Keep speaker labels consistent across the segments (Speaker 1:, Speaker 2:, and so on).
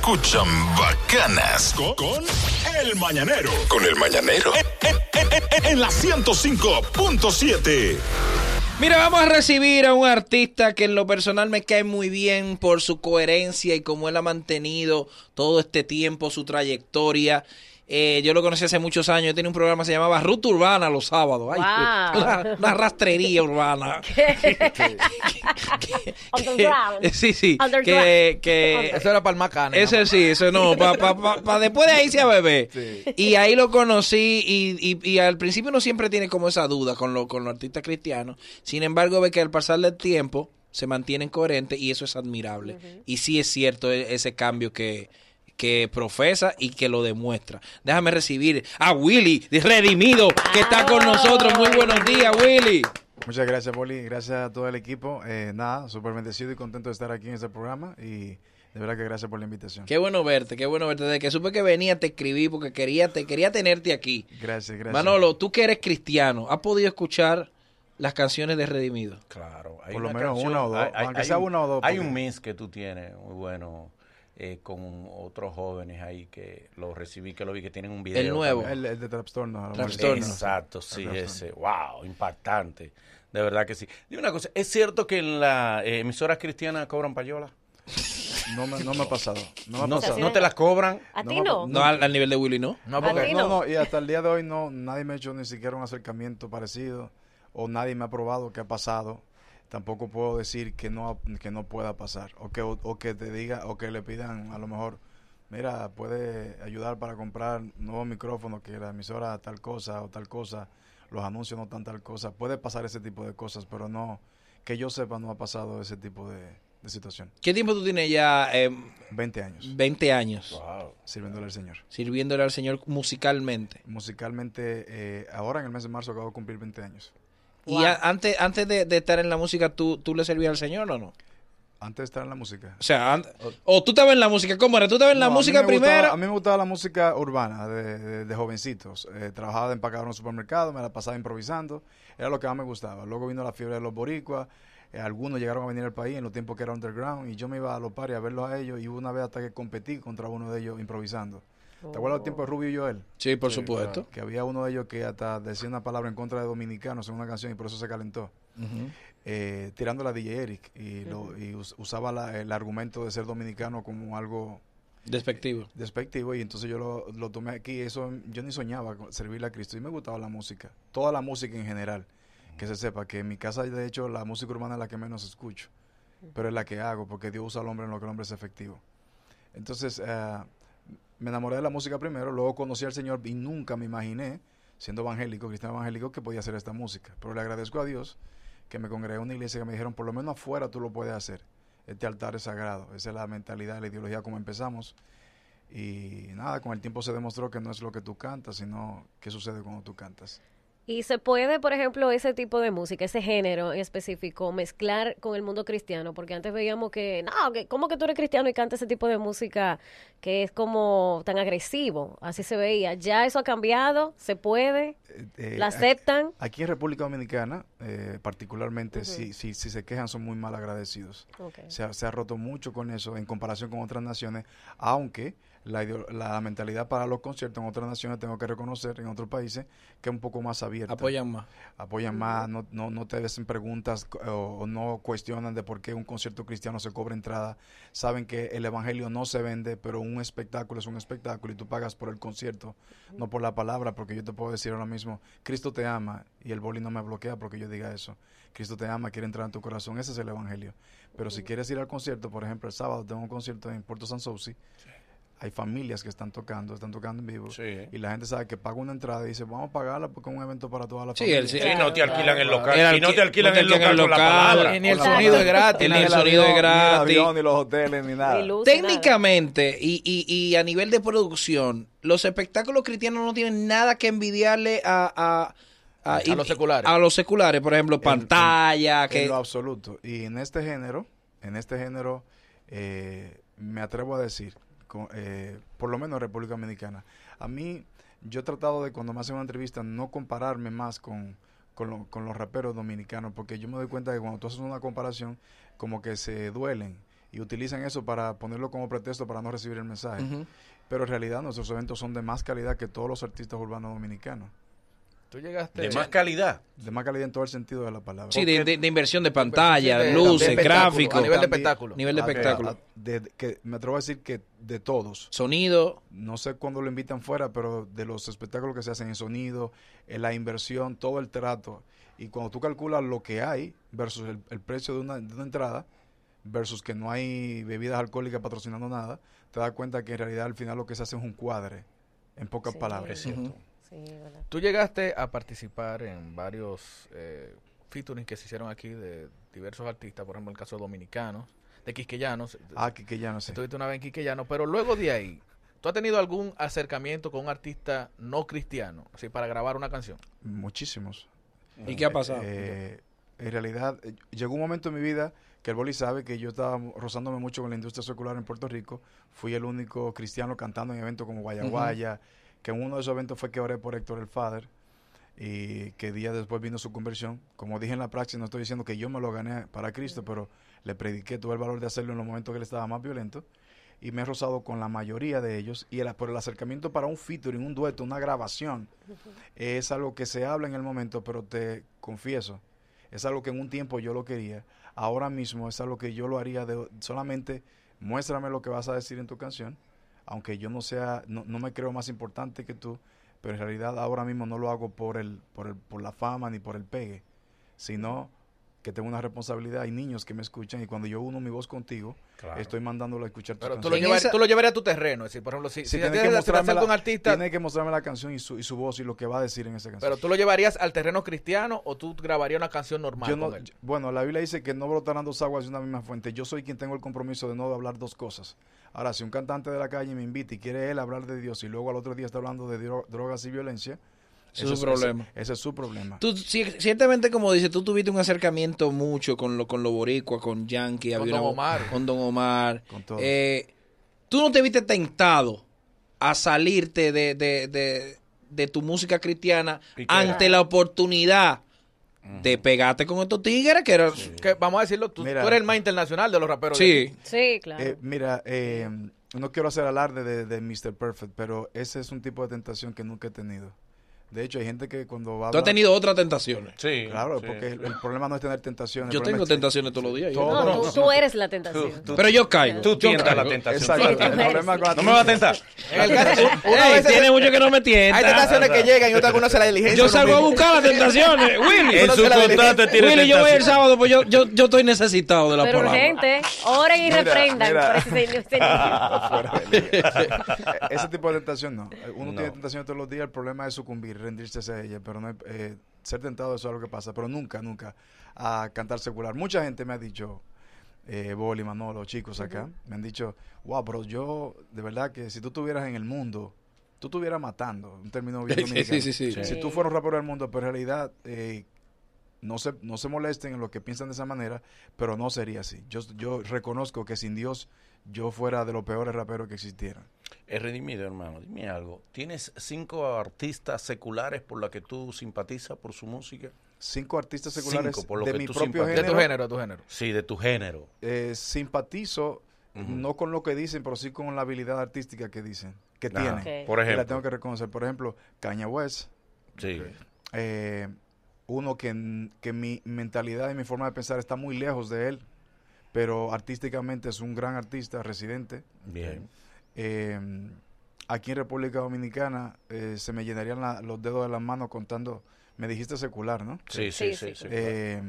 Speaker 1: Escuchan bacanas con, con El Mañanero. Con El Mañanero. En, en- en- eh, en- en la 105.7.
Speaker 2: Mira, vamos a recibir a un artista que en lo personal me cae muy bien por su coherencia y cómo él ha mantenido todo este tiempo, su trayectoria. Eh, yo lo conocí hace muchos años, tiene un programa que se llamaba Ruta Urbana los sábados. Ay,
Speaker 3: Wow.
Speaker 2: una, una rastrería urbana.
Speaker 3: Underground.
Speaker 2: Eh, sí, sí.
Speaker 3: Underground.
Speaker 2: Que, que-
Speaker 4: Eso era palma cana.
Speaker 2: ese sí, ese no, para pa, pa- pa- después de ahí sea bebé. Y ahí lo conocí y, y- y al principio uno siempre tiene como esa duda con, lo, con los artistas cristianos. Sin embargo, ve que al pasar del tiempo se mantienen coherentes y eso es admirable. Y sí es cierto e- ese cambio que, que profesa y que lo demuestra. Déjame recibir a Willy, de redimido, que está con nosotros. Muy buenos días, Willy.
Speaker 5: Muchas gracias, Poli. Gracias a todo el equipo. Eh, nada, súper bendecido y contento de estar aquí en este programa. Y de verdad que gracias por la invitación.
Speaker 2: Qué bueno verte, qué bueno verte. Desde que supe que venía te escribí porque quería, te, quería tenerte aquí.
Speaker 5: Gracias, gracias.
Speaker 2: Manolo, tú que eres cristiano, ¿has podido escuchar las canciones de Redimido?
Speaker 6: Claro. Hay
Speaker 5: Por lo
Speaker 6: una
Speaker 5: menos
Speaker 6: canción-
Speaker 5: una o dos, aunque sea
Speaker 6: un-
Speaker 5: una o dos,
Speaker 6: Hay
Speaker 5: porque-
Speaker 6: un mix que tú tienes muy bueno eh, con otros jóvenes ahí que lo recibí, que lo vi, que tienen un video.
Speaker 2: nuevo.
Speaker 6: también.
Speaker 5: El, el de trastorno.
Speaker 2: Trastorno.
Speaker 6: Exacto, sí,
Speaker 5: Trastorno.
Speaker 6: ese. Wow, impactante. De verdad que sí. Dime una cosa, ¿es cierto que en las emisoras cristianas cobran payola?
Speaker 5: No me, no me ha pasado. No me ha
Speaker 6: No,
Speaker 5: pasado.
Speaker 6: no te las cobran.
Speaker 3: ¿A ti no?
Speaker 5: No,
Speaker 2: No, al, al nivel de Willy, ¿no?
Speaker 4: No,
Speaker 3: ¿A ti
Speaker 4: porque
Speaker 5: Ah, No, no, y hasta el día de hoy no, nadie me ha hecho ni siquiera un acercamiento parecido o nadie me ha probado que ha pasado. Tampoco puedo decir que no, que no pueda pasar o que, o, o que te diga o que le pidan a lo mejor, mira, puede ayudar para comprar nuevos micrófonos, que la emisora tal cosa o tal cosa, los anuncios no están tal cosa. Puede pasar ese tipo de cosas, pero no, que yo sepa no ha pasado ese tipo de, de situación.
Speaker 2: ¿Qué tiempo tú tienes ya? eh,
Speaker 5: 20 años
Speaker 2: 20 años
Speaker 6: Wow.
Speaker 5: sirviéndole al Señor.
Speaker 2: sirviéndole al Señor musicalmente.
Speaker 5: Musicalmente, eh, ahora en el mes de marzo acabo de cumplir 20 años.
Speaker 2: ¿Y a- antes, antes de, de estar en la música, ¿tú, tú le servías al Señor o no?
Speaker 5: Antes de estar en la música.
Speaker 2: O sea, an- o tú estabas en la música, ¿cómo era? ¿Tú estabas en la
Speaker 5: No, a mí
Speaker 2: música
Speaker 5: me gustaba-
Speaker 2: primero?
Speaker 5: a mí me gustaba la música urbana de, de- de jovencitos. Eh, trabajaba de empacador en un supermercado, me la pasaba improvisando. Era lo que más me gustaba. Luego vino la fiebre de los boricuas. eh, algunos llegaron a venir al país en los tiempos que era underground. Y yo me iba a los pares a verlos a ellos. Y hubo una vez hasta que competí contra uno de ellos improvisando. ¿Te acuerdas los tiempos de Rubio y Joel?
Speaker 2: Sí, por supuesto.
Speaker 5: Que había uno de ellos que hasta decía una palabra en contra de dominicanos en una canción y por eso se calentó. Eh, tirando la DJ Eric y, lo- y us- usaba la- el argumento de ser dominicano como algo
Speaker 2: Despectivo.
Speaker 5: despectivo y entonces yo lo, lo tomé aquí eso yo ni soñaba con servirle a Cristo y me gustaba la música toda la música en general que se sepa que en mi casa de hecho la música urbana es la que menos escucho pero es la que hago porque Dios usa al hombre en lo que el hombre es efectivo entonces ah, me enamoré de la música primero luego conocí al Señor y nunca me imaginé siendo evangélico cristiano evangélico que podía hacer esta música pero le agradezco a Dios que me congregué en una iglesia que me dijeron por lo menos afuera tú lo puedes hacer este altar es sagrado esa es la mentalidad la ideología como empezamos y nada, con el tiempo se demostró que no es lo que tú cantas, sino qué sucede cuando tú cantas.
Speaker 3: Y se puede, por ejemplo, ese tipo de música, ese género en específico, mezclar con el mundo cristiano, porque antes veíamos que, no, que, ¿cómo que tú eres cristiano y cantas ese tipo de música que es como tan agresivo? Así se veía. Ya eso ha cambiado, se puede,
Speaker 5: Eh, eh,
Speaker 3: la
Speaker 5: ac-
Speaker 3: aceptan.
Speaker 5: Aquí en República Dominicana, eh, particularmente, si, si, si se quejan son muy mal agradecidos.
Speaker 3: Ok.
Speaker 5: Se ha, se ha roto mucho con eso en comparación con otras naciones, aunque la, ideo- la mentalidad para los conciertos en otras naciones, tengo que reconocer, en otros países, que es un poco más abierta.
Speaker 2: Apoyan más.
Speaker 5: apoyan más, no, no, no te hacen preguntas co- o, o no cuestionan de por qué un concierto cristiano se cobra entrada. Saben que el evangelio no se vende, pero un espectáculo es un espectáculo y tú pagas por el concierto, no por la palabra, porque yo te puedo decir ahora mismo, Cristo te ama y el boli no me bloquea porque yo diga eso. Cristo te ama, quiere entrar en tu corazón, ese es el evangelio. Pero si quieres ir al concierto, por ejemplo, el sábado tengo un concierto en Puerto San Souci. Hay familias que están tocando, están tocando en vivo.
Speaker 6: Sí.
Speaker 5: Y la gente sabe que paga una entrada y dice, vamos a pagarla porque es un evento para toda la
Speaker 2: Sí,
Speaker 5: familia.
Speaker 2: el- sí,
Speaker 6: Y no te alquilan el local.
Speaker 2: El
Speaker 6: y no
Speaker 2: alqui-
Speaker 6: te alquilan
Speaker 2: no te
Speaker 6: el local,
Speaker 2: alquilan el
Speaker 6: con la
Speaker 2: local,
Speaker 6: palabra.
Speaker 4: ni el
Speaker 5: Hola,
Speaker 4: sonido
Speaker 5: hola.
Speaker 4: es gratis.
Speaker 2: Ni
Speaker 4: nada.
Speaker 2: el sonido es
Speaker 5: Ni
Speaker 2: gratis.
Speaker 5: el avión, ni los hoteles, ni nada.
Speaker 3: Ni luz, ni nada.
Speaker 2: Técnicamente y, y- y a nivel de producción, los espectáculos cristianos no tienen nada que envidiarle a, a,
Speaker 4: A los seculares.
Speaker 2: A los seculares, por ejemplo, pantalla, que...
Speaker 5: En lo absoluto. Y en este género, en este género, eh, me atrevo a decir, co- eh, por lo menos en República Dominicana, a mí, yo he tratado de cuando me hacen una entrevista no compararme más con, con, lo- con los raperos dominicanos, porque yo me doy cuenta que cuando tú haces una comparación, como que se duelen y utilizan eso para ponerlo como pretexto para no recibir el mensaje.
Speaker 2: Ujú.
Speaker 5: Pero en realidad nuestros eventos son de más calidad que todos los artistas urbanos dominicanos.
Speaker 4: Tú llegaste.
Speaker 6: De más calidad.
Speaker 5: De más calidad en todo el sentido de la palabra.
Speaker 2: Sí, de, de- de inversión de pantalla,
Speaker 4: de- de-
Speaker 2: luces,
Speaker 4: Pues, de espectáculo,
Speaker 2: gráfico,
Speaker 4: A nivel de
Speaker 5: También-
Speaker 4: espectáculo.
Speaker 2: nivel de
Speaker 5: A- a-
Speaker 2: espectáculo.
Speaker 5: Ah, a- de- que me atrevo a decir que de todos.
Speaker 2: sonido.
Speaker 5: No sé cuándo lo invitan fuera, pero de los espectáculos que se hacen en sonido, en la inversión, todo el trato. Y cuando tú calculas lo que hay versus el, el precio de una, de una entrada, versus que no hay bebidas alcohólicas patrocinando nada, te das cuenta que en realidad al final lo que se hace es un cuadre, en pocas
Speaker 3: Sí.
Speaker 5: palabras.
Speaker 3: Ujú.
Speaker 2: Ujú.
Speaker 3: Sí, verdad.
Speaker 4: Tú llegaste a participar en varios eh, featuring que se hicieron aquí de diversos artistas, por ejemplo, el caso de dominicanos, de quisqueyanos.
Speaker 5: Ah, que, que ya no sé.
Speaker 4: Estuviste una vez en quisqueyanos, pero luego de ahí, ¿tú has tenido algún acercamiento con un artista no cristiano, así para grabar una canción?
Speaker 5: Muchísimos.
Speaker 2: ¿Y qué ha pasado?
Speaker 5: Eh, en realidad, eh, llegó un momento en mi vida que el Boli sabe que yo estaba rozándome mucho con la industria secular en Puerto Rico. Fui el único cristiano cantando en eventos como Guayaguaya, que en uno de esos eventos fue que oré por Héctor el Father y que días después vino su conversión. Como dije en la praxis, no estoy diciendo que yo me lo gané para Cristo, pero le prediqué, tuve el valor de hacerlo en los momentos que él estaba más violento. Y me he rozado con la mayoría de ellos. Y el, por el acercamiento para un featuring, un dueto, una grabación, es algo que se habla en el momento, pero te confieso, es algo que en un tiempo yo lo quería. Ahora mismo es algo que yo lo haría de, solamente muéstrame lo que vas a decir en tu canción, aunque yo no sea, no, no me creo más importante que tú, pero en realidad ahora mismo no lo hago por el, por el, por la fama ni por el pegue, sino que tengo una responsabilidad. Hay niños que me escuchan y cuando yo uno mi voz contigo,
Speaker 6: Claro.
Speaker 5: estoy mandándolo a escuchar tu
Speaker 4: Pero tú
Speaker 5: canción.
Speaker 4: lo,
Speaker 2: En
Speaker 4: llevar-
Speaker 2: esa-
Speaker 4: tú lo llevarías a tu terreno, es decir, por ejemplo, si,
Speaker 5: Sí,
Speaker 4: si
Speaker 5: tiene
Speaker 4: tienes
Speaker 5: que
Speaker 4: que
Speaker 5: mostrarme
Speaker 4: relación
Speaker 5: la-
Speaker 4: con un artista,
Speaker 5: tiene que mostrarme la canción y su, y su voz y lo que va a decir en esa canción.
Speaker 4: pero tú lo llevarías al terreno cristiano o tú grabarías una canción normal
Speaker 5: Yo no-
Speaker 4: con él.
Speaker 5: yo- bueno, la Biblia dice que no brotarán dos aguas de una misma fuente. Yo soy quien tengo el compromiso de no hablar dos cosas. Ahora, si un cantante de la calle me invita y quiere él hablar de Dios y luego al otro día está hablando de dro- drogas y violencia,
Speaker 2: Ese
Speaker 5: eso
Speaker 2: es su problema.
Speaker 5: Ese, ese es su problema.
Speaker 2: Tú, ci- ciertamente, como dices, tú tuviste un acercamiento mucho con lo, con lo boricua, con Yankee.
Speaker 4: Con
Speaker 2: había
Speaker 4: Don
Speaker 2: una-
Speaker 4: Omar.
Speaker 2: Con Don Omar.
Speaker 5: Con todo.
Speaker 2: Eh, tú no te viste tentado a salirte de, de- de- de tu música cristiana
Speaker 6: Piquera.
Speaker 2: ante la oportunidad de pegarte con estos tigres que eran...
Speaker 4: Que, vamos a decirlo, tú,
Speaker 5: Mira.
Speaker 4: tú eres el más internacional de los raperos.
Speaker 2: Sí.
Speaker 3: Sí, claro.
Speaker 5: Eh, mira, eh, no quiero hacer alarde de, de Mr. Perfect, pero ese es un tipo de tentación que nunca he tenido. De hecho, hay gente que cuando va a
Speaker 2: Tú has
Speaker 5: hablar-
Speaker 2: tenido otras tentaciones.
Speaker 6: Sí.
Speaker 5: Claro,
Speaker 6: sí.
Speaker 5: porque el, el problema no es tener tentación. el
Speaker 2: Yo
Speaker 5: problema
Speaker 2: tengo
Speaker 5: es que-
Speaker 2: tentaciones todos los días. yo-
Speaker 5: Todo-
Speaker 3: no, tú, tú eres la tentación.
Speaker 6: Tú- tú-
Speaker 2: Pero yo caigo.
Speaker 6: Tú
Speaker 2: yo
Speaker 6: tientas la
Speaker 2: caigo.
Speaker 6: tentación.
Speaker 5: Exacto. el
Speaker 3: Sí, tú
Speaker 5: problema es cuando-
Speaker 6: No me va a tentar.
Speaker 4: En el caso, una
Speaker 2: Ey,
Speaker 4: vez
Speaker 2: tiene mucho que no me
Speaker 4: hay
Speaker 2: tienta.
Speaker 4: tentaciones
Speaker 5: Ah,
Speaker 4: que llegan y otras que uno se la diligencia.
Speaker 2: Yo
Speaker 4: uno
Speaker 2: salgo a
Speaker 4: mismo.
Speaker 2: buscar las tentaciones. Willy.
Speaker 6: En su contrato tiene
Speaker 2: Willy, yo voy el
Speaker 6: tentación.
Speaker 2: sábado, pues yo, yo, yo estoy necesitado de la
Speaker 3: Pero
Speaker 2: palabra.
Speaker 3: urgente, oren y
Speaker 5: Mira,
Speaker 3: reprendan.
Speaker 5: mira.
Speaker 3: por ese señor- señor.
Speaker 5: E- Ese tipo de tentación no. Eh, Uno
Speaker 6: No.
Speaker 5: tiene tentación todos los días, el problema es sucumbir, rendirse hacia ella, pero no hay- eh, ser tentado eso es algo que pasa, pero nunca, nunca a cantar secular. Mucha gente me ha dicho, eh, Boli, Manolo, chicos acá, me han dicho, wow, pero yo, de verdad que si tú estuvieras en el mundo, tú estuvieras matando, un término bien
Speaker 2: Sí,
Speaker 5: dominicano.
Speaker 2: sí, sí, sí.
Speaker 3: Sí.
Speaker 5: Si tú fueras un rapero del mundo, pero en realidad... eh, no se, no se molesten en lo que piensan de esa manera, pero no sería así. Yo, yo reconozco que sin Dios yo fuera de los peores raperos que existieran.
Speaker 6: Es redimido, hermano. Dime algo. ¿Tienes cinco artistas seculares por los que tú simpatizas por su música?
Speaker 5: cinco artistas seculares
Speaker 6: Cinco, por lo
Speaker 5: de
Speaker 6: que
Speaker 5: mi
Speaker 6: tú
Speaker 5: propio
Speaker 6: simpatizas.
Speaker 4: De
Speaker 5: género.
Speaker 4: tu género, de tu género.
Speaker 6: Sí, de tu género.
Speaker 5: Eh, simpatizo,
Speaker 6: Ujú.
Speaker 5: no con lo que dicen, pero sí con la habilidad artística que dicen, que
Speaker 6: Ajá.
Speaker 5: tienen.
Speaker 3: Ok.
Speaker 6: Por
Speaker 5: Y la tengo
Speaker 6: ejemplo.
Speaker 5: que reconocer. Por ejemplo, Caña West,
Speaker 6: Sí.
Speaker 5: eh, uno que, n- que mi mentalidad y mi forma de pensar está muy lejos de él, pero artísticamente es un gran artista residente.
Speaker 6: Bien.
Speaker 5: Eh, aquí en República Dominicana eh, se me llenarían la- los dedos de las manos contando, me dijiste secular, ¿no?
Speaker 6: Sí,
Speaker 3: Sí,
Speaker 6: sí, sí.
Speaker 3: sí,
Speaker 6: sí.
Speaker 5: Eh,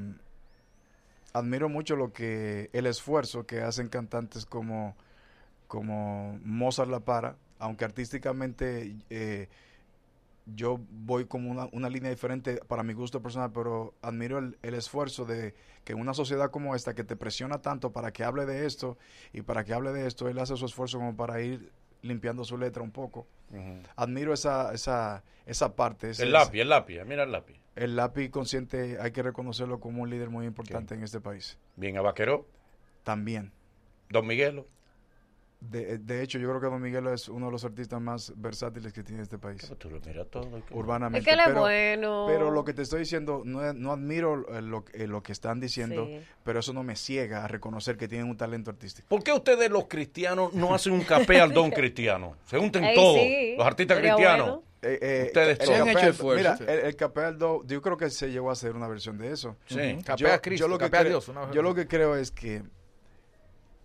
Speaker 5: admiro mucho lo que el esfuerzo que hacen cantantes como como Mozart La Para, aunque artísticamente eh, yo voy como una, una línea diferente para mi gusto personal, pero admiro el, el esfuerzo de que en una sociedad como esta que te presiona tanto para que hable de esto y para que hable de esto, él hace su esfuerzo como para ir limpiando su letra un poco.
Speaker 6: Ujú.
Speaker 5: Admiro esa, esa, esa parte. ese-
Speaker 6: El lápiz, el lápiz. Mira el lápiz.
Speaker 5: el lápiz consciente hay que reconocerlo como un líder muy importante en este país.
Speaker 6: Bien, a Vaqueró,
Speaker 5: También.
Speaker 6: Don Miguelo.
Speaker 5: De, de hecho, yo creo que Don Miguel es uno de los artistas más versátiles que tiene este país,
Speaker 6: Pues tú lo miras todo. ¿qué?
Speaker 5: urbanamente.
Speaker 3: Es que él es
Speaker 5: pero,
Speaker 3: bueno.
Speaker 5: pero lo que te estoy diciendo, no, es- no admiro eh, lo, eh, lo que están diciendo,
Speaker 3: Sí.
Speaker 5: pero eso no me ciega a reconocer que tienen un talento artístico.
Speaker 6: ¿Por qué ustedes los cristianos no hacen un café al don cristiano? Se unten
Speaker 3: Ey,
Speaker 6: todos,
Speaker 3: sí,
Speaker 6: los artistas
Speaker 3: sería
Speaker 6: cristianos.
Speaker 3: bueno.
Speaker 5: Eh, eh,
Speaker 6: Ustedes
Speaker 5: el
Speaker 6: todos.
Speaker 2: Han hecho
Speaker 5: Capel-
Speaker 2: esfuerzo,
Speaker 5: Mira,
Speaker 2: sí.
Speaker 5: el, el Capel Do- yo creo que se llegó a hacer una versión de eso.
Speaker 6: Sí.
Speaker 4: Capea a
Speaker 5: yo,
Speaker 4: Cristo,
Speaker 5: yo lo que
Speaker 4: capea a
Speaker 5: creo-
Speaker 4: Dios, una vez-
Speaker 5: yo lo que creo es que,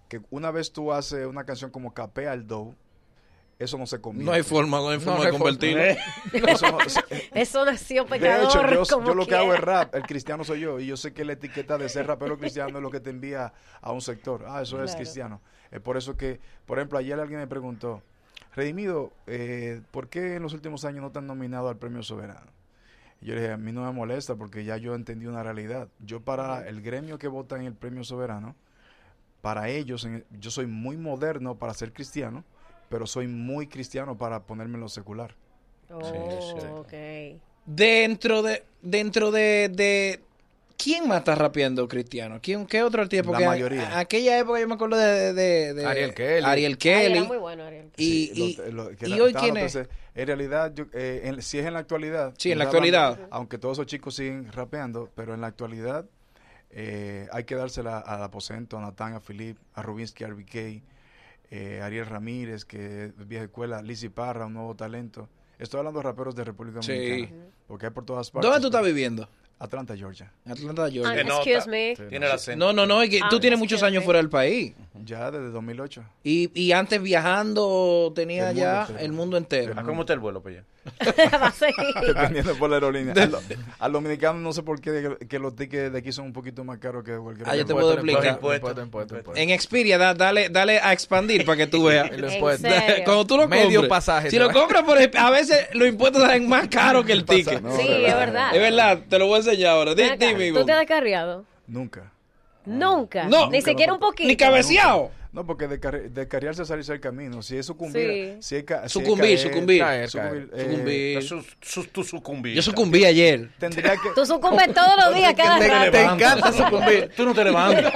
Speaker 5: que una vez tú haces una canción como Capea al Do, eso no se convierte.
Speaker 2: No hay forma, no hay forma
Speaker 4: no
Speaker 2: de
Speaker 4: hay forma.
Speaker 2: convertirlo.
Speaker 6: Eh,
Speaker 5: Eso no- se-
Speaker 3: Eso nació
Speaker 5: de hecho,
Speaker 3: pecador.
Speaker 5: yo,
Speaker 3: como
Speaker 5: yo lo que hago
Speaker 3: quiera.
Speaker 5: es rap. El cristiano soy yo. Y yo sé que la etiqueta de ser rapero cristiano es lo que te envía a un sector. Ah, eso es
Speaker 3: Claro.
Speaker 5: cristiano. Es por eso que, por ejemplo, ayer alguien me preguntó, Redimido, eh, ¿por qué en los últimos años no te han nominado al Premio Soberano? Y Yo le dije, a mí no me molesta porque ya yo entendí una realidad. Yo para el gremio que vota en el Premio Soberano, para ellos, en- yo soy muy moderno para ser cristiano, pero soy muy cristiano para ponerme en lo secular.
Speaker 3: Oh,
Speaker 6: sí.
Speaker 3: ok.
Speaker 2: Dentro de. Dentro de. de- ¿Quién más está rapeando cristiano? ¿Quién, ¿Qué otro artista?
Speaker 5: La
Speaker 2: Porque a-
Speaker 5: mayoría.
Speaker 2: a- aquella época yo me acuerdo de. de- de-
Speaker 4: Ariel Kelly.
Speaker 2: Ariel
Speaker 3: Ay,
Speaker 2: Kelly.
Speaker 3: era muy bueno, Ariel.
Speaker 2: Y,
Speaker 5: Sí,
Speaker 2: y-
Speaker 5: lo- lo- que
Speaker 2: y
Speaker 5: la-
Speaker 2: hoy
Speaker 5: estaba
Speaker 2: quién
Speaker 5: hablando
Speaker 2: es.
Speaker 5: ese- En realidad, yo- eh, en- si es en la actualidad.
Speaker 2: Sí, en la
Speaker 5: está hablando-
Speaker 2: actualidad.
Speaker 5: aunque todos esos chicos siguen rapeando, pero en la actualidad eh, hay que dársela a Aposento, a Natán, a Filip, a Rubinsky, a RBK, eh, Ariel Ramírez, que es vieja escuela, Lizzy Parra, un nuevo talento. Estoy hablando de raperos de República
Speaker 2: Sí.
Speaker 5: Dominicana. Porque hay por todas partes.
Speaker 2: ¿Dónde tú estás
Speaker 5: pero-
Speaker 2: viviendo?
Speaker 5: Atlanta, Georgia.
Speaker 2: En Atlanta,
Speaker 3: Ah,
Speaker 6: Que
Speaker 2: Georgia.
Speaker 6: no,
Speaker 3: excuse
Speaker 6: ta-
Speaker 3: me.
Speaker 6: Tiene el acento.
Speaker 2: No, no, no. es que
Speaker 3: Ah,
Speaker 2: tú tienes
Speaker 3: es
Speaker 2: muchos
Speaker 3: que-
Speaker 2: años fuera del país.
Speaker 5: Ya desde 2008.
Speaker 2: Y, y antes viajando tenía
Speaker 5: El mundo
Speaker 2: ya
Speaker 5: entero.
Speaker 2: el mundo entero.
Speaker 6: Ah, ¿Cómo está el vuelo, pues ya?
Speaker 3: Va a seguir.
Speaker 5: Dependiendo por la aerolínea. Al, al dominicano no sé por qué que los tickets de aquí son un poquito más caros que de cualquier
Speaker 2: Ah, yo te
Speaker 5: otro lugar.
Speaker 2: puedo
Speaker 4: Impuesto, impuesto,
Speaker 2: explicar.
Speaker 4: Impuesto, impuesto, impuesto.
Speaker 2: En Xperia, da- dale, dale a expandir para que tú veas.
Speaker 4: Y los
Speaker 3: ¿En
Speaker 4: impuestos.
Speaker 3: serio?
Speaker 2: Cuando tú lo compras.
Speaker 4: Medio pasaje
Speaker 2: Si
Speaker 4: te
Speaker 2: lo
Speaker 4: va.
Speaker 2: compras, por ejemplo, a veces los impuestos salen más caros que el ticket.
Speaker 5: No,
Speaker 3: Sí,
Speaker 5: de
Speaker 3: es verdad.
Speaker 2: Es verdad, te lo voy a enseñar ahora. Di-
Speaker 3: Ven acá,
Speaker 2: dime,
Speaker 3: ¿Tú
Speaker 2: Ivonne.
Speaker 3: te has carriado?
Speaker 5: Nunca.
Speaker 3: Nunca.
Speaker 2: No.
Speaker 3: Ni
Speaker 2: Nunca
Speaker 3: siquiera un poquito.
Speaker 2: Ni cabeceado.
Speaker 5: No, porque descarri- descarriarse es salirse del camino. Si es sucumbir.
Speaker 3: Sí.
Speaker 5: Si es ca- si es
Speaker 2: Sucumbir,
Speaker 5: caer,
Speaker 2: sucumbir.
Speaker 4: caer,
Speaker 5: sucumbir, eh,
Speaker 2: Sucumbir.
Speaker 6: Eso es- su- tú sucumbiste.
Speaker 2: Yo sucumbí ayer.
Speaker 5: Tendría que.
Speaker 3: Tú sucumbes todos los días, cada
Speaker 6: Te
Speaker 3: rato.
Speaker 6: levantas. Tú no te levantas.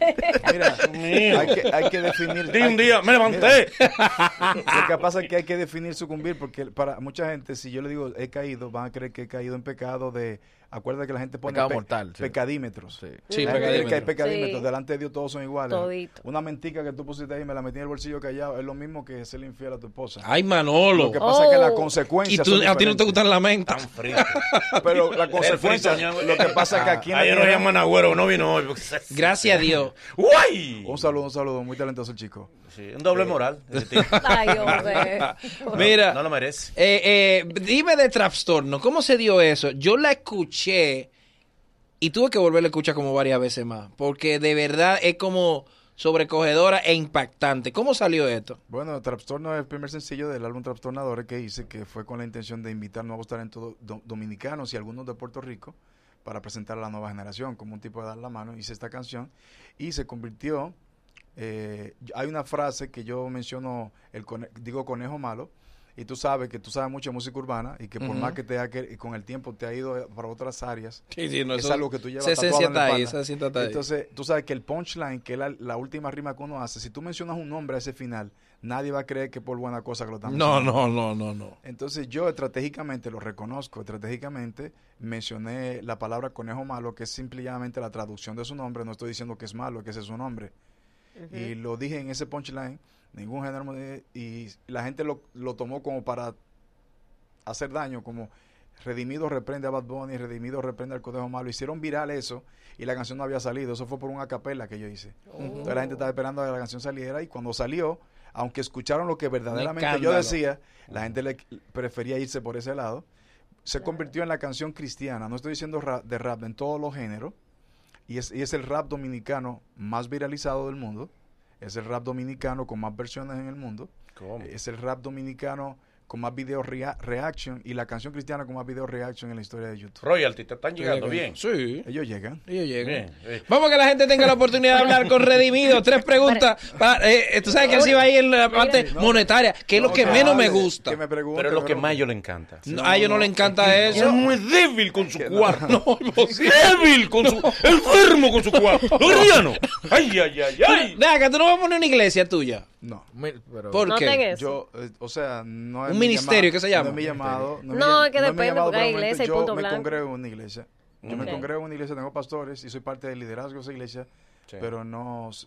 Speaker 5: Mira,
Speaker 6: mío.
Speaker 5: hay que, hay que definir.
Speaker 6: Di un
Speaker 5: hay-
Speaker 6: día, me levanté.
Speaker 5: Lo que pasa es que hay que definir sucumbir, porque para mucha gente, si yo le digo he caído, van a creer que he caído en pecado de. Acuérdate que la gente pone
Speaker 4: Pecado mortal, sí.
Speaker 5: pecadímetros.
Speaker 4: Sí.
Speaker 2: Sí,
Speaker 5: La gente cree que hay
Speaker 2: pecadímetro.
Speaker 5: pecadímetros.
Speaker 3: Sí.
Speaker 5: Delante de Dios todos son iguales.
Speaker 3: Todito.
Speaker 5: Una mentica que tú pusiste ahí me la metí en el bolsillo callado es lo mismo que ser infiel a tu esposa.
Speaker 2: Ay, Manolo.
Speaker 5: Lo que pasa es que las
Speaker 3: Oh.
Speaker 2: Y
Speaker 5: consecuencias.
Speaker 2: tú,
Speaker 5: son
Speaker 2: a ti no te
Speaker 5: diferentes.
Speaker 2: gustan las mentas.
Speaker 6: Tan frito.
Speaker 5: Pero la
Speaker 6: El
Speaker 5: consecuencia,
Speaker 6: frito, Ah,
Speaker 5: lo que pasa es que aquí en la
Speaker 6: Ayer no
Speaker 5: tierra-
Speaker 6: llaman Agüero, no vino hoy.
Speaker 2: Gracias a Dios.
Speaker 6: ¡Uy!
Speaker 5: Un saludo, un saludo, muy talentoso el chico.
Speaker 6: Sí, un doble moral. ese tipo.
Speaker 3: Ay, hombre.
Speaker 2: Mira.
Speaker 6: No lo merece.
Speaker 2: Eh, eh, dime de Trapstorno, ¿cómo se dio eso? Yo la escuché y tuve que volverla a escuchar como varias veces más, porque de verdad es como sobrecogedora e impactante. ¿Cómo salió esto?
Speaker 5: Bueno, Trastorno es el primer sencillo del álbum Trastornadores que hice, que fue con la intención de invitar nuevos talentos do- dominicanos y algunos de Puerto Rico para presentar a la nueva generación, como un tipo de dar la mano. Hice esta canción y se convirtió. eh, hay una frase que yo menciono, el cone- digo conejo malo, y tú sabes que tú sabes mucho de música urbana y que por
Speaker 2: Ujú.
Speaker 5: más que te ha, que con el tiempo te ha ido para otras áreas,
Speaker 2: Sí, sí, no,
Speaker 5: es algo que tú llevas
Speaker 2: esa
Speaker 5: tatuado
Speaker 2: esencia
Speaker 5: en la
Speaker 2: está ahí, esa
Speaker 5: espalda.
Speaker 2: esencia está ahí.
Speaker 5: Entonces, tú sabes que el punchline, que es la, la última rima que uno hace, si tú mencionas un nombre a ese final, nadie va a creer que por buena cosa que lo están
Speaker 2: no,
Speaker 5: mencionando.
Speaker 2: no, no, no, no.
Speaker 5: Entonces, yo estratégicamente, lo reconozco, estratégicamente mencioné la palabra conejo malo, que es simplemente la traducción de su nombre. No estoy diciendo que es malo, que ese es su nombre. Y lo dije en ese punchline, ningún género, me- y la gente lo, lo tomó como para hacer daño, como Redimido reprende a Bad Bunny, Redimido reprende al Conejo Malo. Hicieron viral eso y la canción no había salido. Eso fue por una capela que yo hice. Entonces la gente estaba esperando a que la canción saliera y cuando salió, aunque escucharon lo que verdaderamente yo
Speaker 2: escándalo.
Speaker 5: decía, la gente le prefería irse por ese lado. Se convirtió en la canción cristiana. No estoy diciendo ra- de rap, en todos los géneros. Y es, y es el rap dominicano más viralizado del mundo. Es el rap dominicano con más versiones en el mundo.
Speaker 6: ¿Cómo?
Speaker 5: Es el rap dominicano con más video rea- reaction y la canción cristiana con más video reaction en la historia de YouTube.
Speaker 6: Royalty, te están llegando bien.
Speaker 2: Sí,
Speaker 5: Ellos llegan.
Speaker 2: ellos llegan.
Speaker 6: Bien, bien.
Speaker 2: Vamos a que la gente tenga la oportunidad de hablar con Redimido. Tres preguntas. para- eh, eh, tú sabes que él se iba ahí en la parte monetaria, que es lo
Speaker 5: No,
Speaker 2: que menos me
Speaker 5: vale,
Speaker 2: gusta.
Speaker 5: que me pregunten,
Speaker 6: Pero es lo que
Speaker 5: pero-
Speaker 6: más yo le encanta.
Speaker 2: No, a ellos no, le encanta
Speaker 6: Es
Speaker 2: eso.
Speaker 6: muy débil con su cuarto. Débil con su. Enfermo con su cuarto. ¡Loriano! ¡Ay, ay, ay, ay!
Speaker 2: Nada, que tú no vas a poner una iglesia tuya.
Speaker 5: No.
Speaker 4: Mil- pero-
Speaker 2: Por-
Speaker 3: Noten
Speaker 2: qué?
Speaker 3: eso.
Speaker 5: Yo, eh, o sea, no es
Speaker 2: Un
Speaker 5: mi
Speaker 2: ministerio,
Speaker 5: llamado-
Speaker 2: ¿qué se llama?
Speaker 5: No es mi llamado. es mi
Speaker 3: No,
Speaker 5: llam-
Speaker 3: es que
Speaker 5: mi
Speaker 3: depende,
Speaker 5: llamado,
Speaker 3: porque
Speaker 5: pero
Speaker 3: hay
Speaker 5: al momento
Speaker 3: iglesia y
Speaker 5: yo
Speaker 3: punto
Speaker 5: me
Speaker 3: blanco.
Speaker 5: congrego en una iglesia. Yo
Speaker 3: Ok.
Speaker 5: me congrego en una iglesia, tengo pastores y soy parte del liderazgo de esa iglesia,
Speaker 6: Sí.
Speaker 5: pero no... s-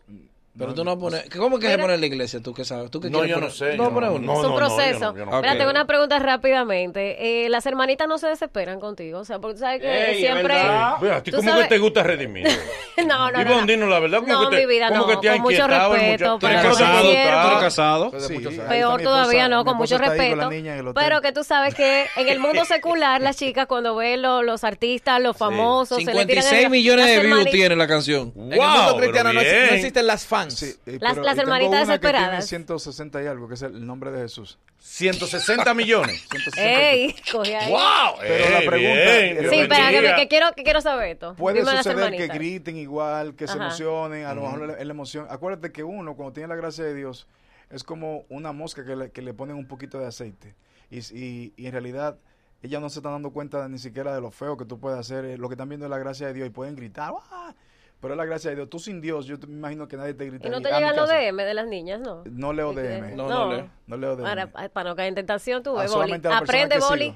Speaker 2: Pero
Speaker 5: no
Speaker 2: tú
Speaker 5: es
Speaker 2: no
Speaker 5: mi-
Speaker 2: pones. ¿Cómo que se
Speaker 3: Mira.
Speaker 2: pone en la iglesia? ¿Tú qué sabes? ¿Tú qué
Speaker 6: No,
Speaker 2: quieres
Speaker 6: yo no
Speaker 2: poner?
Speaker 6: sé.
Speaker 2: ¿Tú
Speaker 6: yo
Speaker 2: no pones uno?
Speaker 6: No,
Speaker 3: es un
Speaker 6: no, no, yo no-
Speaker 3: proceso.
Speaker 6: yo no
Speaker 2: Ok.
Speaker 3: Espera,
Speaker 6: creo.
Speaker 3: tengo una pregunta rápidamente. Eh, las hermanitas no se desesperan contigo, o sea, porque tú sabes que
Speaker 6: Ey, es
Speaker 3: siempre...
Speaker 6: verdad. Mira, ¿a ti
Speaker 3: tú
Speaker 6: ¿Cómo
Speaker 3: sabes-
Speaker 6: que te gusta redimir?
Speaker 3: no, no, no,
Speaker 6: Y
Speaker 3: no.
Speaker 6: Bondino, la verdad, como
Speaker 3: No,
Speaker 6: que te,
Speaker 3: mi vida,
Speaker 6: como
Speaker 3: no,
Speaker 6: que te ha
Speaker 3: con mucho
Speaker 6: inquietado el
Speaker 3: respeto,
Speaker 6: muchacho.
Speaker 2: ¿Tú eres
Speaker 3: Pero no
Speaker 2: casado? ¿Tú
Speaker 3: es cierto.
Speaker 2: eres casado?
Speaker 5: Desde
Speaker 4: Sí,
Speaker 5: muchos años.
Speaker 4: Ahí
Speaker 3: Peor
Speaker 5: Mi
Speaker 3: todavía
Speaker 5: esposa-
Speaker 3: no,
Speaker 5: mi
Speaker 3: con mucho
Speaker 5: esposa está ahí con la
Speaker 3: respeto.
Speaker 5: niña en el hotel.
Speaker 3: pero que tú sabes que en el mundo secular las chicas cuando ven lo- los artistas, los famosos, se le tiran
Speaker 2: 56
Speaker 3: en-
Speaker 2: millones
Speaker 3: las
Speaker 2: de views
Speaker 3: hermani-
Speaker 2: tiene la canción.
Speaker 3: Uh.
Speaker 6: Wow,
Speaker 7: En el mundo cristiano no,
Speaker 6: pero
Speaker 7: exi- no
Speaker 6: bien.
Speaker 7: existen las fans.
Speaker 5: Sí, eh,
Speaker 3: Las-
Speaker 5: pero-
Speaker 3: las
Speaker 5: y tengo
Speaker 3: hermanitas
Speaker 5: una que tiene
Speaker 3: desesperadas.
Speaker 5: 160 y algo, que es el nombre de Jesús.
Speaker 6: 160 millones.
Speaker 5: 160.
Speaker 3: Ey, cogí ahí.
Speaker 6: ¡Wow! eh,
Speaker 5: Pero la pregunta-
Speaker 6: bien,
Speaker 5: Pero
Speaker 3: Sí,
Speaker 5: la
Speaker 3: espera, que,
Speaker 6: Dios
Speaker 3: me-
Speaker 6: bendiga.
Speaker 3: que quiero, que quiero saber esto.
Speaker 5: Puede
Speaker 3: Dime a las
Speaker 5: suceder que
Speaker 3: hermanitas.
Speaker 5: griten igual, que se
Speaker 3: Ajá.
Speaker 5: emocionen, a lo mejor es la emoción. Acuérdate que uno, cuando tiene la gracia de Dios, es como una mosca que le, que le ponen un poquito de aceite. Y, s- y- y en realidad, ellas no se están dando cuenta ni siquiera de lo feo que tú puedes hacer. eh, Lo que están viendo es la gracia de Dios y pueden gritar. ¡ah! Pero es la gracia de Dios. Tú sin Dios, yo te- me imagino que nadie te grita.
Speaker 3: Y no
Speaker 5: ni-
Speaker 3: te
Speaker 5: ah, mi
Speaker 3: llegan los
Speaker 5: casa.
Speaker 3: DM de las niñas, ¿no?
Speaker 5: No leo DM.
Speaker 2: No,
Speaker 5: No,
Speaker 2: no leo.
Speaker 5: leo DM.
Speaker 3: Para, para no caer en tentación, tú,
Speaker 5: Ah,
Speaker 3: ve, Boli.
Speaker 5: solamente a la persona
Speaker 3: Aprende,
Speaker 5: que sigo.
Speaker 3: Boli.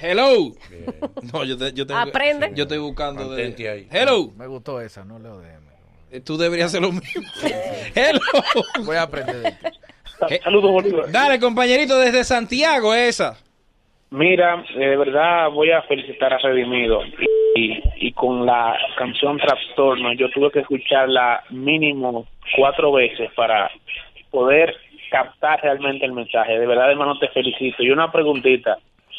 Speaker 2: Hello. No, yo, te- yo tengo. que-
Speaker 3: Aprende.
Speaker 2: Yo estoy buscando
Speaker 6: Mantente
Speaker 2: de.
Speaker 6: ahí.
Speaker 2: Hello.
Speaker 4: Me gustó esa, no leo DM.
Speaker 2: Eh, Tú deberías hacer lo mismo. Hello.
Speaker 4: Voy a aprender de ti.
Speaker 8: Saludos, Bolívar.
Speaker 2: Dale, compañerito, desde Santiago esa.
Speaker 8: Mira, eh, de verdad voy a felicitar a Redimido. Y, y con la canción Trastorno, yo tuve que escucharla mínimo cuatro veces para poder captar realmente el mensaje. De verdad, hermano, te felicito. Y una preguntita.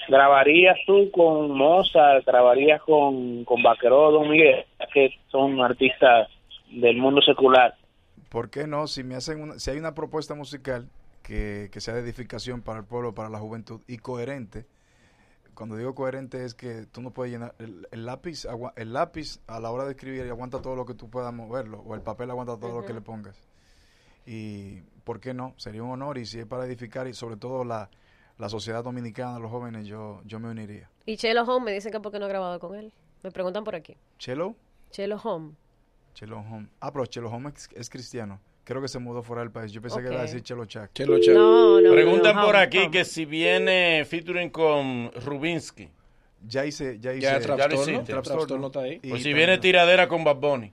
Speaker 8: ¿Grabarías tú con Mozart, grabarías con, con Vaqueró, Don Miguel, que son artistas del mundo secular?
Speaker 5: ¿Por qué no? Si me hacen una- si hay una propuesta musical que, que sea de edificación para el pueblo, para la juventud y coherente. Cuando digo coherente es que tú no puedes llenar el, el lápiz, agua- el lápiz a la hora de escribir aguanta todo lo que tú puedas moverlo o el papel aguanta todo lo que le pongas. Y ¿por qué no? Sería un honor y si es para edificar y sobre todo la, la sociedad dominicana, los jóvenes, yo yo me uniría.
Speaker 3: Y Chelo Home me dicen que por qué no he grabado con él. Me preguntan por aquí.
Speaker 5: Chelo,
Speaker 3: Chelo Home.
Speaker 5: Chelo Home. Ah, pero Chelo Home es, es cristiano. Creo que se mudó fuera del país. Yo pensé que iba a
Speaker 3: Ok.
Speaker 5: decir Chelo Chak.
Speaker 2: Chelo, chelo.
Speaker 3: No, no, no.
Speaker 6: Preguntan
Speaker 3: no,
Speaker 6: por
Speaker 3: Home,
Speaker 6: aquí
Speaker 3: Home.
Speaker 6: que si viene featuring con Rubinsky.
Speaker 5: Ya hice, ya hice.
Speaker 2: Ya, trastorno.
Speaker 6: hiciste.
Speaker 2: Trastorno está ahí.
Speaker 5: Y
Speaker 6: O si
Speaker 5: también-
Speaker 6: viene tiradera con Bad Bunny.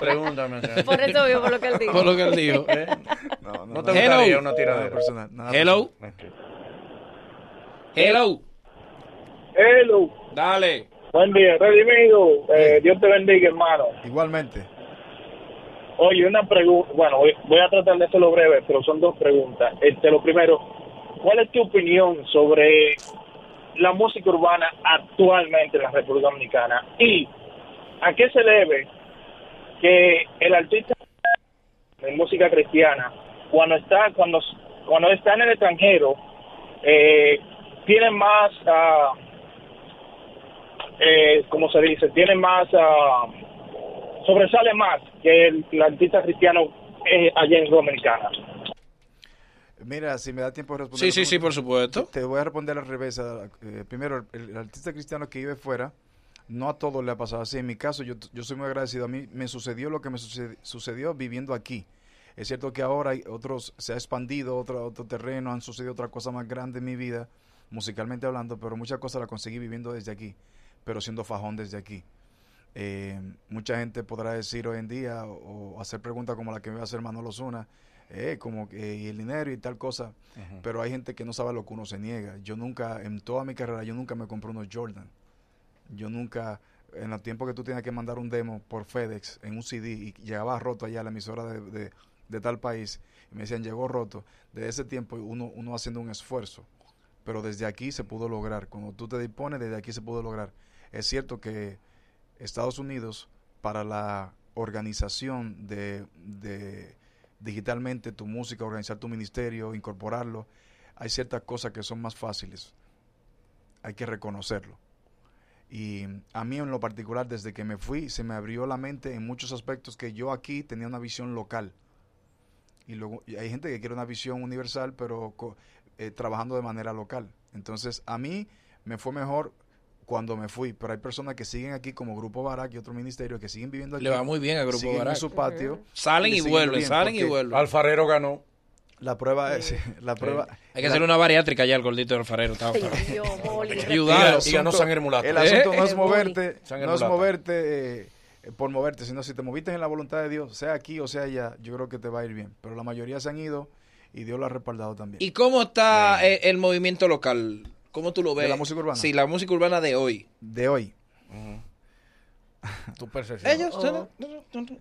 Speaker 6: Pregúntame. acá.
Speaker 3: Por eso mismo, por lo que él dijo.
Speaker 2: Por lo que él dijo.
Speaker 6: ¿Eh?
Speaker 5: No, no,
Speaker 6: No te
Speaker 5: no,
Speaker 2: Hello.
Speaker 6: gustaría una
Speaker 5: nada
Speaker 6: tiradera.
Speaker 5: personal, nada
Speaker 2: Hello. Hello.
Speaker 8: Hello,
Speaker 2: Dale.
Speaker 8: buen día, Redimido. Eh, Dios te bendiga, hermano.
Speaker 5: personal. Igualmente.
Speaker 8: Oye, una pregunta, bueno, voy, voy a tratar de hacerlo breve, pero son dos preguntas. Este, lo primero, ¿cuál es tu opinión sobre la música urbana actualmente en la República Dominicana? ¿Y a qué se debe que el artista de música cristiana, cuando está, cuando, cuando está en el extranjero, eh, tiene más, ah, eh, ¿cómo se dice? Tiene más... ah, sobresale más que el, el artista cristiano eh, allá en Dominicana.
Speaker 5: Mira, si me da tiempo de responder.
Speaker 2: Sí, sí, sí, por
Speaker 5: supuesto.
Speaker 2: supuesto.
Speaker 5: Te voy a responder al revés. a- eh, primero, el, el artista cristiano que vive fuera, no a todos le ha pasado así. En mi caso, yo, yo soy muy agradecido. A mí me sucedió lo que me sucedi- sucedió viviendo aquí. Es cierto que ahora hay otros, se ha expandido otro, otro terreno, han sucedido otras cosas más grandes en mi vida, musicalmente hablando, pero muchas cosas las conseguí viviendo desde aquí, pero siendo fajón desde aquí. Eh, mucha gente podrá decir hoy en día o, o hacer preguntas como la que me va a hacer Manolo Zuna, eh, como que, y el dinero y tal cosa, pero hay gente que no sabe lo que uno se niega. Yo nunca, en toda mi carrera, yo nunca me compré unos Jordan. Yo nunca, en los tiempos que tú tenías que mandar un demo por FedEx en un CD y llegaba roto allá a la emisora de, de- de tal país, y me decían, llegó roto. Desde ese tiempo uno, uno haciendo un esfuerzo, pero desde aquí se pudo lograr. Cuando tú te dispones, desde aquí se pudo lograr. Es cierto que Estados Unidos, para la organización de, de digitalmente tu música, organizar tu ministerio, incorporarlo, hay ciertas cosas que son más fáciles. Hay que reconocerlo. Y a mí en lo particular, desde que me fui, se me abrió la mente en muchos aspectos que yo aquí tenía una visión local. Y luego y hay gente que quiere una visión universal, pero co- eh, trabajando de manera local. Entonces, a mí me fue mejor cuando me fui, pero hay personas que siguen aquí como Grupo Barak y otro ministerio que siguen viviendo aquí.
Speaker 2: Le va muy bien a Grupo
Speaker 5: siguen
Speaker 2: Barak.
Speaker 5: en su patio.
Speaker 2: Salen
Speaker 5: le
Speaker 2: y
Speaker 5: siguen
Speaker 2: vuelven,
Speaker 5: bien,
Speaker 2: salen y
Speaker 5: porque
Speaker 2: vuelven.
Speaker 6: Alfarero ganó.
Speaker 5: La prueba es, la prueba.
Speaker 2: Hay que hacer una bariátrica ya al gordito del alfarero. Está,
Speaker 3: Ay, Dios, Boli.
Speaker 6: Y,
Speaker 2: Ayudar.
Speaker 6: ganó-
Speaker 2: asunto-
Speaker 6: y ganó sangre mulata.
Speaker 5: El
Speaker 2: Eh,
Speaker 5: asunto no
Speaker 3: eh,
Speaker 5: es
Speaker 3: Boni.
Speaker 5: moverte,
Speaker 6: Sangre
Speaker 5: no es
Speaker 6: mulata.
Speaker 5: moverte eh, por moverte, sino si te moviste en la voluntad de Dios, sea aquí o sea allá, yo creo que te va a ir bien. Pero la mayoría se han ido y Dios lo ha respaldado también.
Speaker 2: ¿Y cómo está eh, el movimiento local? ¿Cómo tú lo ves?
Speaker 5: la música urbana?
Speaker 2: Sí, la música urbana de hoy.
Speaker 5: de hoy.
Speaker 4: Tu percepción.
Speaker 2: Ellos.
Speaker 5: Oh.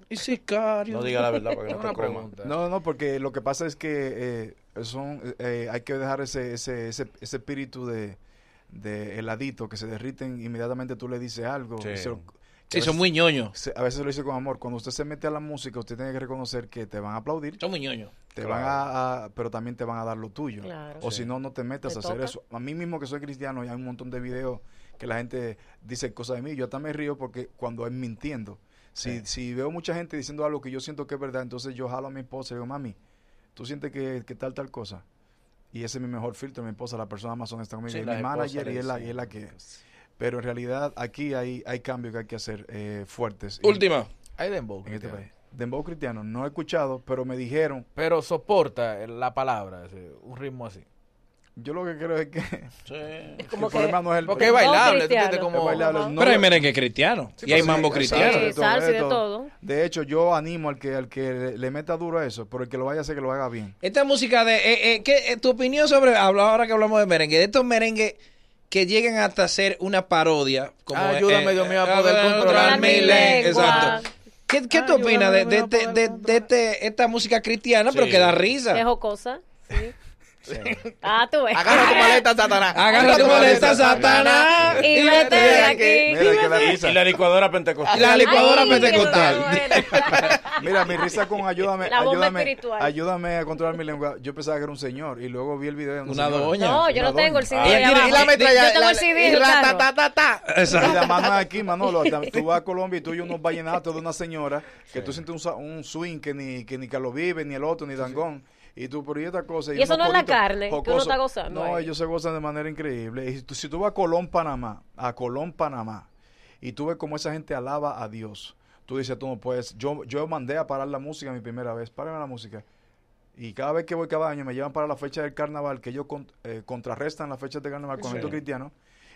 Speaker 2: Y sicarios.
Speaker 6: No diga la verdad para que no
Speaker 4: Una
Speaker 6: te coman.
Speaker 4: pregunta.
Speaker 5: No, no, porque lo que pasa es que eh, son, eh, hay que dejar ese, ese, ese, ese espíritu de, de heladito que se derriten inmediatamente tú le dices algo.
Speaker 6: Sí.
Speaker 5: y se lo-
Speaker 2: Sí,
Speaker 5: que a
Speaker 2: son
Speaker 5: veces-
Speaker 2: muy ñoños.
Speaker 5: se- a veces lo dice con amor. Cuando usted se mete a la música, usted tiene que reconocer que te van a aplaudir,
Speaker 2: Son muy ñoños.
Speaker 5: te
Speaker 6: Claro.
Speaker 5: van a, a- pero también te van a dar lo tuyo.
Speaker 3: Claro.
Speaker 5: O
Speaker 6: Sí.
Speaker 5: si no, no te metas
Speaker 3: ¿Te
Speaker 5: a hacer
Speaker 3: toca?
Speaker 5: eso. A mí mismo que soy cristiano, y hay un montón de videos que la gente dice cosas de mí. Yo hasta me río porque cuando es mintiendo. Si,
Speaker 6: Sí.
Speaker 5: si veo mucha gente diciendo algo que yo siento que es verdad, entonces yo jalo a mi esposa y digo, mami, ¿tú sientes que, que tal, tal cosa? Y ese es mi mejor filtro, mi esposa, la persona más honesta conmigo,
Speaker 6: Sí,
Speaker 5: es
Speaker 6: la
Speaker 5: mi
Speaker 6: esposa
Speaker 5: manager
Speaker 6: le
Speaker 5: y es la,
Speaker 6: dice-
Speaker 5: y es la que... Pero en realidad aquí hay, hay cambios que hay que hacer eh, fuertes. en-
Speaker 2: Última.
Speaker 4: Hay dembow.
Speaker 5: En este
Speaker 4: cristiano.
Speaker 5: país. Dembow cristiano, no he escuchado, pero me dijeron,
Speaker 4: Pero soporta la palabra, así, un ritmo así.
Speaker 5: yo lo que creo es que...
Speaker 6: Sí.
Speaker 3: Es como
Speaker 5: el problema
Speaker 3: que...
Speaker 5: no es el...
Speaker 4: Porque es bailable, ¿tú
Speaker 3: cristiano.
Speaker 4: entiendes?
Speaker 5: es
Speaker 4: Como...
Speaker 5: bailable,
Speaker 3: Ajá.
Speaker 5: no
Speaker 2: pero hay
Speaker 5: lo-
Speaker 2: merengue cristiano. y hay
Speaker 5: Sí,
Speaker 2: mambo
Speaker 5: sí,
Speaker 2: cristiano.
Speaker 5: exacto,
Speaker 3: Sí, salsa y de todo.
Speaker 5: De hecho, yo animo al que al que le- le meta duro a eso, pero el que lo vaya a hacer que lo haga bien.
Speaker 2: Esta música de... eh, eh, ¿qué- eh, tu opinión sobre... habla- Ahora que hablamos de merengue. De estos merengues que llegan hasta ser una parodia. Como, eh,
Speaker 4: Ah, Ayúdame,
Speaker 2: eh,
Speaker 4: Dios mío, a poder
Speaker 2: eh,
Speaker 4: controlar
Speaker 3: mi lengua.
Speaker 2: Exacto. ¿Qué, qué tú
Speaker 4: Ayúdame,
Speaker 2: opinas de,
Speaker 4: Dios
Speaker 2: de
Speaker 4: mío, a
Speaker 2: este-
Speaker 4: poder
Speaker 2: de- de
Speaker 4: controlar.
Speaker 2: este- esta música cristiana, pero
Speaker 6: Sí.
Speaker 2: que da risa?
Speaker 3: Qué jocosa. Sí. Ah, tú ves.
Speaker 4: Agarra tu maleta, Satanás.
Speaker 2: Agarra tu maleta, Satanás.
Speaker 3: Y vete de
Speaker 5: Mira,
Speaker 3: aquí.
Speaker 5: que la risa.
Speaker 6: Y la licuadora pentecostal.
Speaker 2: La licuadora
Speaker 3: Ay,
Speaker 2: pentecostal.
Speaker 3: que no te mueras.
Speaker 5: Mira, mi risa con ayúdame,
Speaker 3: La bomba
Speaker 5: ayúdame,
Speaker 3: espiritual.
Speaker 5: ayúdame a controlar mi lengua. Yo pensaba que era un señor y luego vi el video de una,
Speaker 2: Una
Speaker 5: señora.
Speaker 2: doña.
Speaker 3: No, yo no
Speaker 5: Una
Speaker 3: tengo el
Speaker 5: doña.
Speaker 3: CD.
Speaker 2: Ah,
Speaker 3: ahí
Speaker 2: y
Speaker 3: abajo.
Speaker 2: la
Speaker 3: yo tengo el CD. en el carro.
Speaker 5: Y
Speaker 2: Exacto.
Speaker 5: la mano aquí, Manolo, hasta tú vas a Colombia y tú oyes unos vallenatos de una señora que tú sientes un, sa- un swing que ni que ni Carlos Vive, ni el otro, ni Dangón. Y tú, pero y esta cosa.
Speaker 3: Y eso
Speaker 5: unos
Speaker 3: no es la
Speaker 5: coritos
Speaker 3: carne, que uno
Speaker 5: jocosos.
Speaker 3: está gozando
Speaker 5: No,
Speaker 3: ahí.
Speaker 5: ellos se gozan de manera increíble. Y si tú, si tú vas a Colón, Panamá, a Colón, Panamá, y tú ves cómo esa gente alaba a Dios, tú dices, tú no puedes. Yo, yo mandé a parar la música mi primera vez, párame la música. Y cada vez que voy cada año me llevan para la fecha del carnaval, que ellos con- eh, contrarrestan las fechas de carnaval con
Speaker 6: Sí.
Speaker 5: eventos cristianos.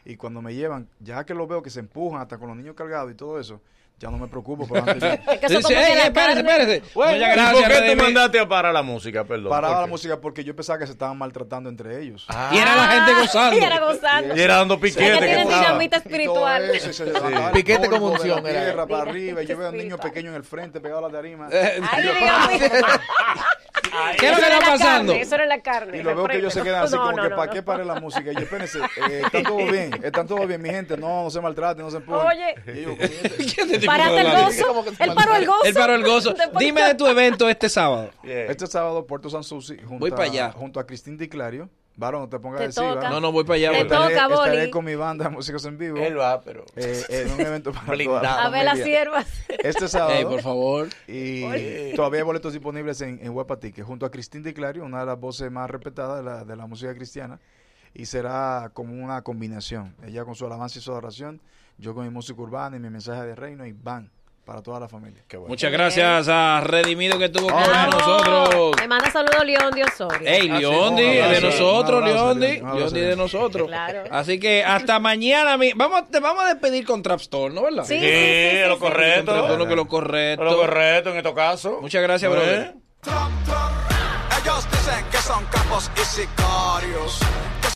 Speaker 5: Y cuando me llevan, ya que los veo que se empujan hasta con los niños cargados y todo eso, ya no me preocupo. Pero antes yo
Speaker 3: Es que eso como
Speaker 2: Dice,
Speaker 3: que
Speaker 2: "Ey,
Speaker 3: la
Speaker 2: espérese,
Speaker 3: carne-
Speaker 2: espérese. Muchas
Speaker 6: ¿Y
Speaker 2: gracias,
Speaker 6: ¿Por qué tú
Speaker 2: Redimir.
Speaker 6: mandaste a parar la música? Perdón.
Speaker 5: paraba
Speaker 6: ¿por
Speaker 5: la
Speaker 6: qué?
Speaker 5: música porque yo pensaba que se estaban maltratando entre ellos.
Speaker 6: Ah,
Speaker 2: Y era la gente gozando.
Speaker 3: Y era gozando.
Speaker 6: Y era dando
Speaker 3: Es
Speaker 6: piquete.
Speaker 3: que
Speaker 6: que
Speaker 3: tienen
Speaker 6: estaba.
Speaker 3: dinamita
Speaker 5: Y todo
Speaker 3: espiritual.
Speaker 5: eso, y se levantaba el
Speaker 4: Piquete
Speaker 5: polvo
Speaker 4: como
Speaker 5: de la
Speaker 4: unción era.
Speaker 5: tierra para
Speaker 3: Dinamita
Speaker 5: arriba. y Yo veo niños
Speaker 3: espiritual.
Speaker 5: pequeños en el frente pegados a la tarima.
Speaker 3: Ay, Dios mío.
Speaker 2: ¿Qué es lo que
Speaker 3: Eso era
Speaker 2: está
Speaker 3: la
Speaker 2: pasando?
Speaker 3: carne, Eso era la carne.
Speaker 5: Y lo veo que ellos se quedan así como que para qué
Speaker 3: para
Speaker 5: pare la música. Y yo, espérense, eh, está todo bien, está todo bien, mi gente, no, no se maltraten, no se empujen.
Speaker 3: Oye.
Speaker 5: Y yo, "Coñete".
Speaker 2: este
Speaker 3: Paraste el gozo. Él paró el gozo.
Speaker 2: Él paró el gozo.
Speaker 3: Después
Speaker 2: Dime de tu evento este sábado.
Speaker 6: Bien.
Speaker 5: Este sábado, Puerto Sanssouci, junto,
Speaker 2: Voy
Speaker 5: a-
Speaker 2: pa' allá.
Speaker 5: junto a Cristín Di Clario. Varón, no te pongas
Speaker 3: Te
Speaker 5: a decir,
Speaker 3: toca.
Speaker 5: varón.
Speaker 2: No, no, voy para allá.
Speaker 3: Te
Speaker 2: voy
Speaker 5: estaré,
Speaker 2: pa' allá.
Speaker 3: toca, Boli.
Speaker 5: estaré con mi banda, Músicos en Vivo,
Speaker 6: Él va, pero.
Speaker 5: eh, en un evento para toda la
Speaker 6: Blindado.
Speaker 2: Ah,
Speaker 3: A ver las
Speaker 5: familia.
Speaker 3: siervas.
Speaker 5: Este
Speaker 2: Ey,
Speaker 5: sábado,
Speaker 2: por favor.
Speaker 5: y todavía hay boletos disponibles en, en Huepa Ticket, junto a Cristín Di Clario, una de las voces más respetadas de la, de la música cristiana. Y será como una combinación. Ella con su alabanza y su adoración, yo con mi música urbana y mi mensaje de reino, y van para toda la familia.
Speaker 6: Qué bueno.
Speaker 2: Muchas gracias a Redimido que estuvo con
Speaker 6: Ah.
Speaker 2: nosotros.
Speaker 3: Ah, Me manda saludos León Diosorio.
Speaker 2: Ey,
Speaker 5: Ah, sí,
Speaker 2: Leondi,
Speaker 5: un
Speaker 2: de
Speaker 5: abrazo,
Speaker 2: nosotros,
Speaker 5: un abrazo,
Speaker 2: Leondi.
Speaker 5: Leondi, un abrazo,
Speaker 2: Leondi de
Speaker 5: Leondi.
Speaker 2: nosotros.
Speaker 3: Claro.
Speaker 2: Así que hasta mañana. mi- Vamos, te vamos a despedir con Trapstorno, ¿verdad?
Speaker 3: Sí,
Speaker 6: Sí,
Speaker 3: sí, sí,
Speaker 6: lo
Speaker 3: sí.
Speaker 6: correcto.
Speaker 2: Con Trapstorno, que lo correcto.
Speaker 6: Lo correcto en estos casos. Pues,
Speaker 2: Muchas gracias,
Speaker 6: ¿No es?
Speaker 2: brother.
Speaker 7: Ellos dicen que son capos y sicarios.